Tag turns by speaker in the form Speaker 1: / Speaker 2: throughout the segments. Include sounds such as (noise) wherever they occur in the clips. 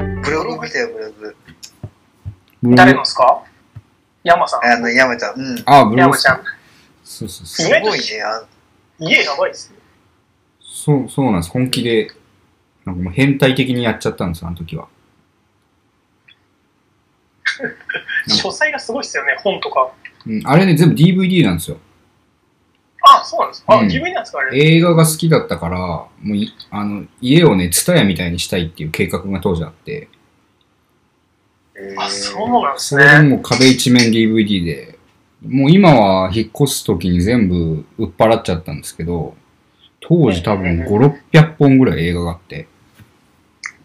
Speaker 1: 見たよ、ブログ。
Speaker 2: ブロ
Speaker 3: 誰
Speaker 2: グ
Speaker 3: のですか山さん。
Speaker 1: あの、山ちゃん。うん。
Speaker 2: あ、ブロ
Speaker 3: 山
Speaker 2: グ。
Speaker 3: ちゃん。
Speaker 2: そうそうそ
Speaker 1: す
Speaker 2: う。
Speaker 1: ごいね。あ
Speaker 3: 家やばいっすね。
Speaker 2: そう、そうなんです。本気で、なんかもう変態的にやっちゃったんですよ、あの
Speaker 3: (laughs)
Speaker 2: 時は。なんか
Speaker 3: 書斎がすごいっすよね、本とか。
Speaker 2: うん、あれね、全部 DVD なんですよ。
Speaker 3: あ、そうなんですか。あ、
Speaker 2: うん
Speaker 3: DVD なんですかあれ。
Speaker 2: 映画が好きだったから、もういあの家をね、ツタヤみたいにしたいっていう計画が当時あって、
Speaker 3: あ、そうなんです
Speaker 2: それで
Speaker 3: ね。
Speaker 2: もう壁一面 DVD で、もう今は引っ越す時に全部売っ払っちゃったんですけど、当時多分5、600本ぐらい映画があって、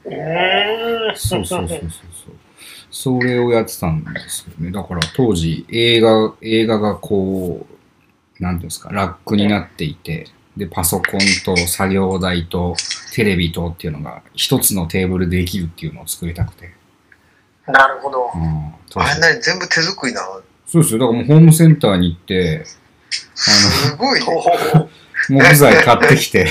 Speaker 3: うーん。
Speaker 2: そうそうそうそうそう。それをやってたんですよね。だから当時映画、映画がこう、なんていうんですか、ラックになっていて、で、パソコンと作業台とテレビとっていうのが一つのテーブルでできるっていうのを作りたくて。
Speaker 3: なるほど
Speaker 2: う。ん、当
Speaker 1: あん
Speaker 2: 時
Speaker 1: なに全部手作りなの
Speaker 2: そうですよ。だからもうホームセンターに行って、あ
Speaker 1: すごいね。
Speaker 2: の、木材買ってきて、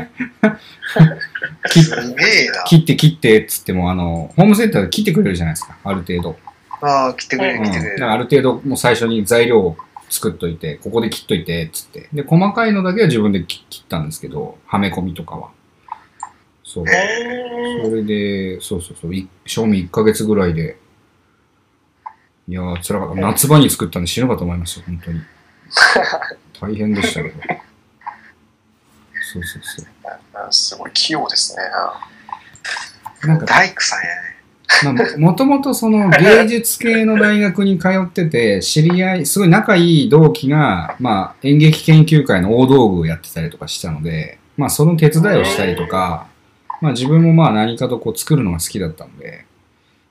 Speaker 2: (laughs) 切っ
Speaker 1: すげえな。
Speaker 2: 切って切ってっつっても、あの、ホームセンターで切ってくれるじゃないですか、ある程度。
Speaker 1: ああ、来てくれ
Speaker 2: う
Speaker 1: る、
Speaker 2: ん、
Speaker 1: 来
Speaker 2: だ
Speaker 1: て
Speaker 2: か
Speaker 1: くれる。
Speaker 2: らある程度もう最初に材料を作っといて、ここで切っといて、つって。で、細かいのだけは自分で切切ったんですけど、はめ込みとかは。そう。
Speaker 3: へ
Speaker 2: そ
Speaker 3: ー
Speaker 2: れで、そうそうそう、い賞味1ヶ月ぐらいで、いやー、辛かった。夏場に作ったんで死ぬかと思いました、本当 (laughs) に。大変でしたけど。そうそうそ
Speaker 3: (laughs) すごい器用ですね。
Speaker 2: う。なん
Speaker 3: (laughs)
Speaker 2: か
Speaker 1: 大工さんやね。
Speaker 2: まあ、ももともとその芸術系の大学に通ってて、知り合い、すごい仲いい同期が、まあ、演劇研究会の大道具をやってたりとかしたので、まあ、その手伝いをしたりとか、まあ、自分もまあ、何かとこう、作るのが好きだったので、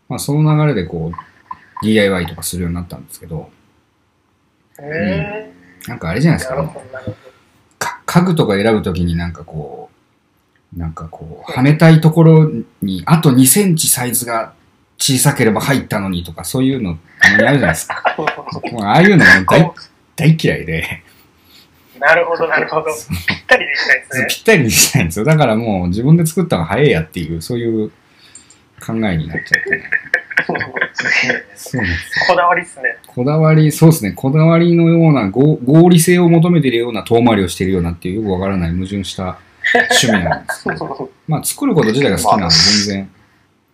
Speaker 2: まあ、その流れでこう、DIY とかするようになったんですけど、
Speaker 3: うーん。
Speaker 2: なんかあれじゃないです
Speaker 3: なる
Speaker 2: か、
Speaker 3: ほど、なるほど。
Speaker 2: か家具とか選ぶときになんかこう、なんかこう、はめたいところに、あと2センチサイズが小さければ入ったのにとか、そういうのたまにあるじゃないです (laughs) か。もうああいうのが大
Speaker 3: こ
Speaker 2: 大嫌いで、
Speaker 3: うなるほど、なるほど。ぴったりできたいです (laughs) ね。
Speaker 2: ぴったりにしたいんですよ。だからもう自分で作った方が早いやっていう、そういう考えになっちゃって、
Speaker 1: すげえね
Speaker 2: そうなんです
Speaker 3: こだわりっすね。
Speaker 2: こだわり、そうですね、こだわりのような、ご合理性を求めているような遠回りをしているようなっていうよくわからない矛盾した趣味なんです (laughs) けど、まあ作ること自体が好きなんで全然。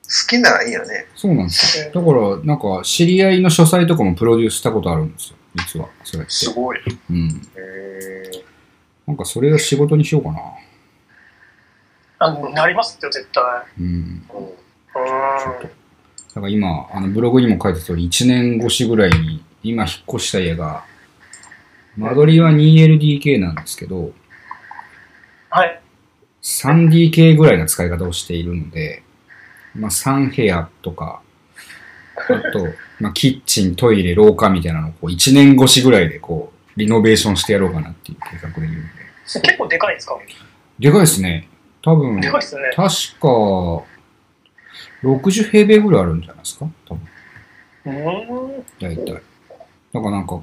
Speaker 1: 好きならいいよね。
Speaker 2: そうなんですよ。だから、なんか、知り合いの書斎とかもプロデュースしたことあるんですよ。実は、それって。
Speaker 3: ごい。
Speaker 2: うん。
Speaker 1: へえ
Speaker 2: なんか、それを仕事にしようかな。
Speaker 3: あのなりますって絶対。
Speaker 2: うん。
Speaker 3: うーん。
Speaker 2: だから今、あの、ブログにも書いた通り、1年越しぐらいに、今引っ越した家が、間取りは 2LDK なんですけど、
Speaker 3: はい。
Speaker 2: 3DK ぐらいの使い方をしているので、まあ、3部屋とか、あと、まあ、キッチン、トイレ、廊下みたいなのを、こう、1年越しぐらいで、こう、リノベーションしてやろうかなっていう計画でいるので。
Speaker 3: 結構でかいんですか
Speaker 2: でかいですね。多分、
Speaker 3: で
Speaker 2: 確
Speaker 3: か
Speaker 2: か
Speaker 3: いっすよね。、
Speaker 2: 60平米ぐらいあるんじゃないですか多分、
Speaker 3: うーん。
Speaker 2: 大体。だからなんか、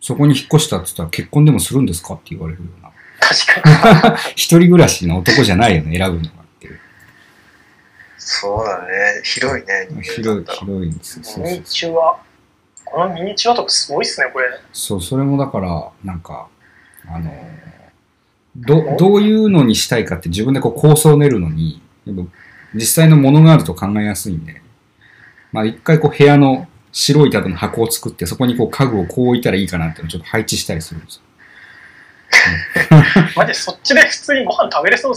Speaker 2: そこに引っ越したって言ったら、結婚でもするんですかって言われるよ
Speaker 3: (laughs)
Speaker 2: うな。
Speaker 3: 確かに。
Speaker 2: 一人暮らしの男じゃないよね、選ぶのがっていう。
Speaker 1: そうだね。広いね。
Speaker 2: 広い、
Speaker 1: 人間だったら
Speaker 2: 広いんですよ。そう
Speaker 3: ミ
Speaker 2: そう
Speaker 3: ニチュア。このミニチュアとかすごいっすね、これ。
Speaker 2: そう、それもだから、なんか、あの、ど、どういうのにしたいかって自分でこう構想を練るのに、やっぱ実際のものがあると考えやすいんで、まあ一回こう部屋の白い畳の箱を作って、そこにこう家具をこう置いたらいいかなっていうのをちょっと配置したりするんですよ。
Speaker 3: マジでそっちで普通にご飯食べれそうっ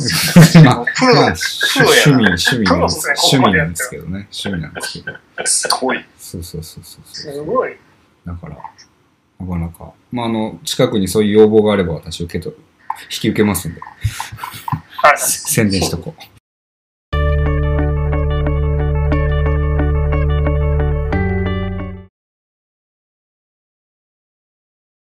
Speaker 1: (laughs)
Speaker 3: すよね。
Speaker 2: まあ、
Speaker 1: プロ
Speaker 2: まあ、
Speaker 1: だ
Speaker 2: 趣
Speaker 1: プロや
Speaker 2: 趣味、
Speaker 1: な
Speaker 2: 趣味
Speaker 3: プロ
Speaker 2: なん
Speaker 3: っ
Speaker 2: ですす
Speaker 3: ね
Speaker 2: 趣
Speaker 3: ここま
Speaker 2: 味
Speaker 3: で
Speaker 2: な
Speaker 3: やっ
Speaker 2: んで
Speaker 3: て
Speaker 2: すけどね。趣味なんですけど。
Speaker 3: (laughs) すごい。
Speaker 2: そうそうそうそうそう。
Speaker 3: すごい。
Speaker 2: だから、なかなか、まあ、あの、近くにそういう要望があれば私受けと、引き受けますんで、
Speaker 3: あ
Speaker 2: 宣伝しとこう。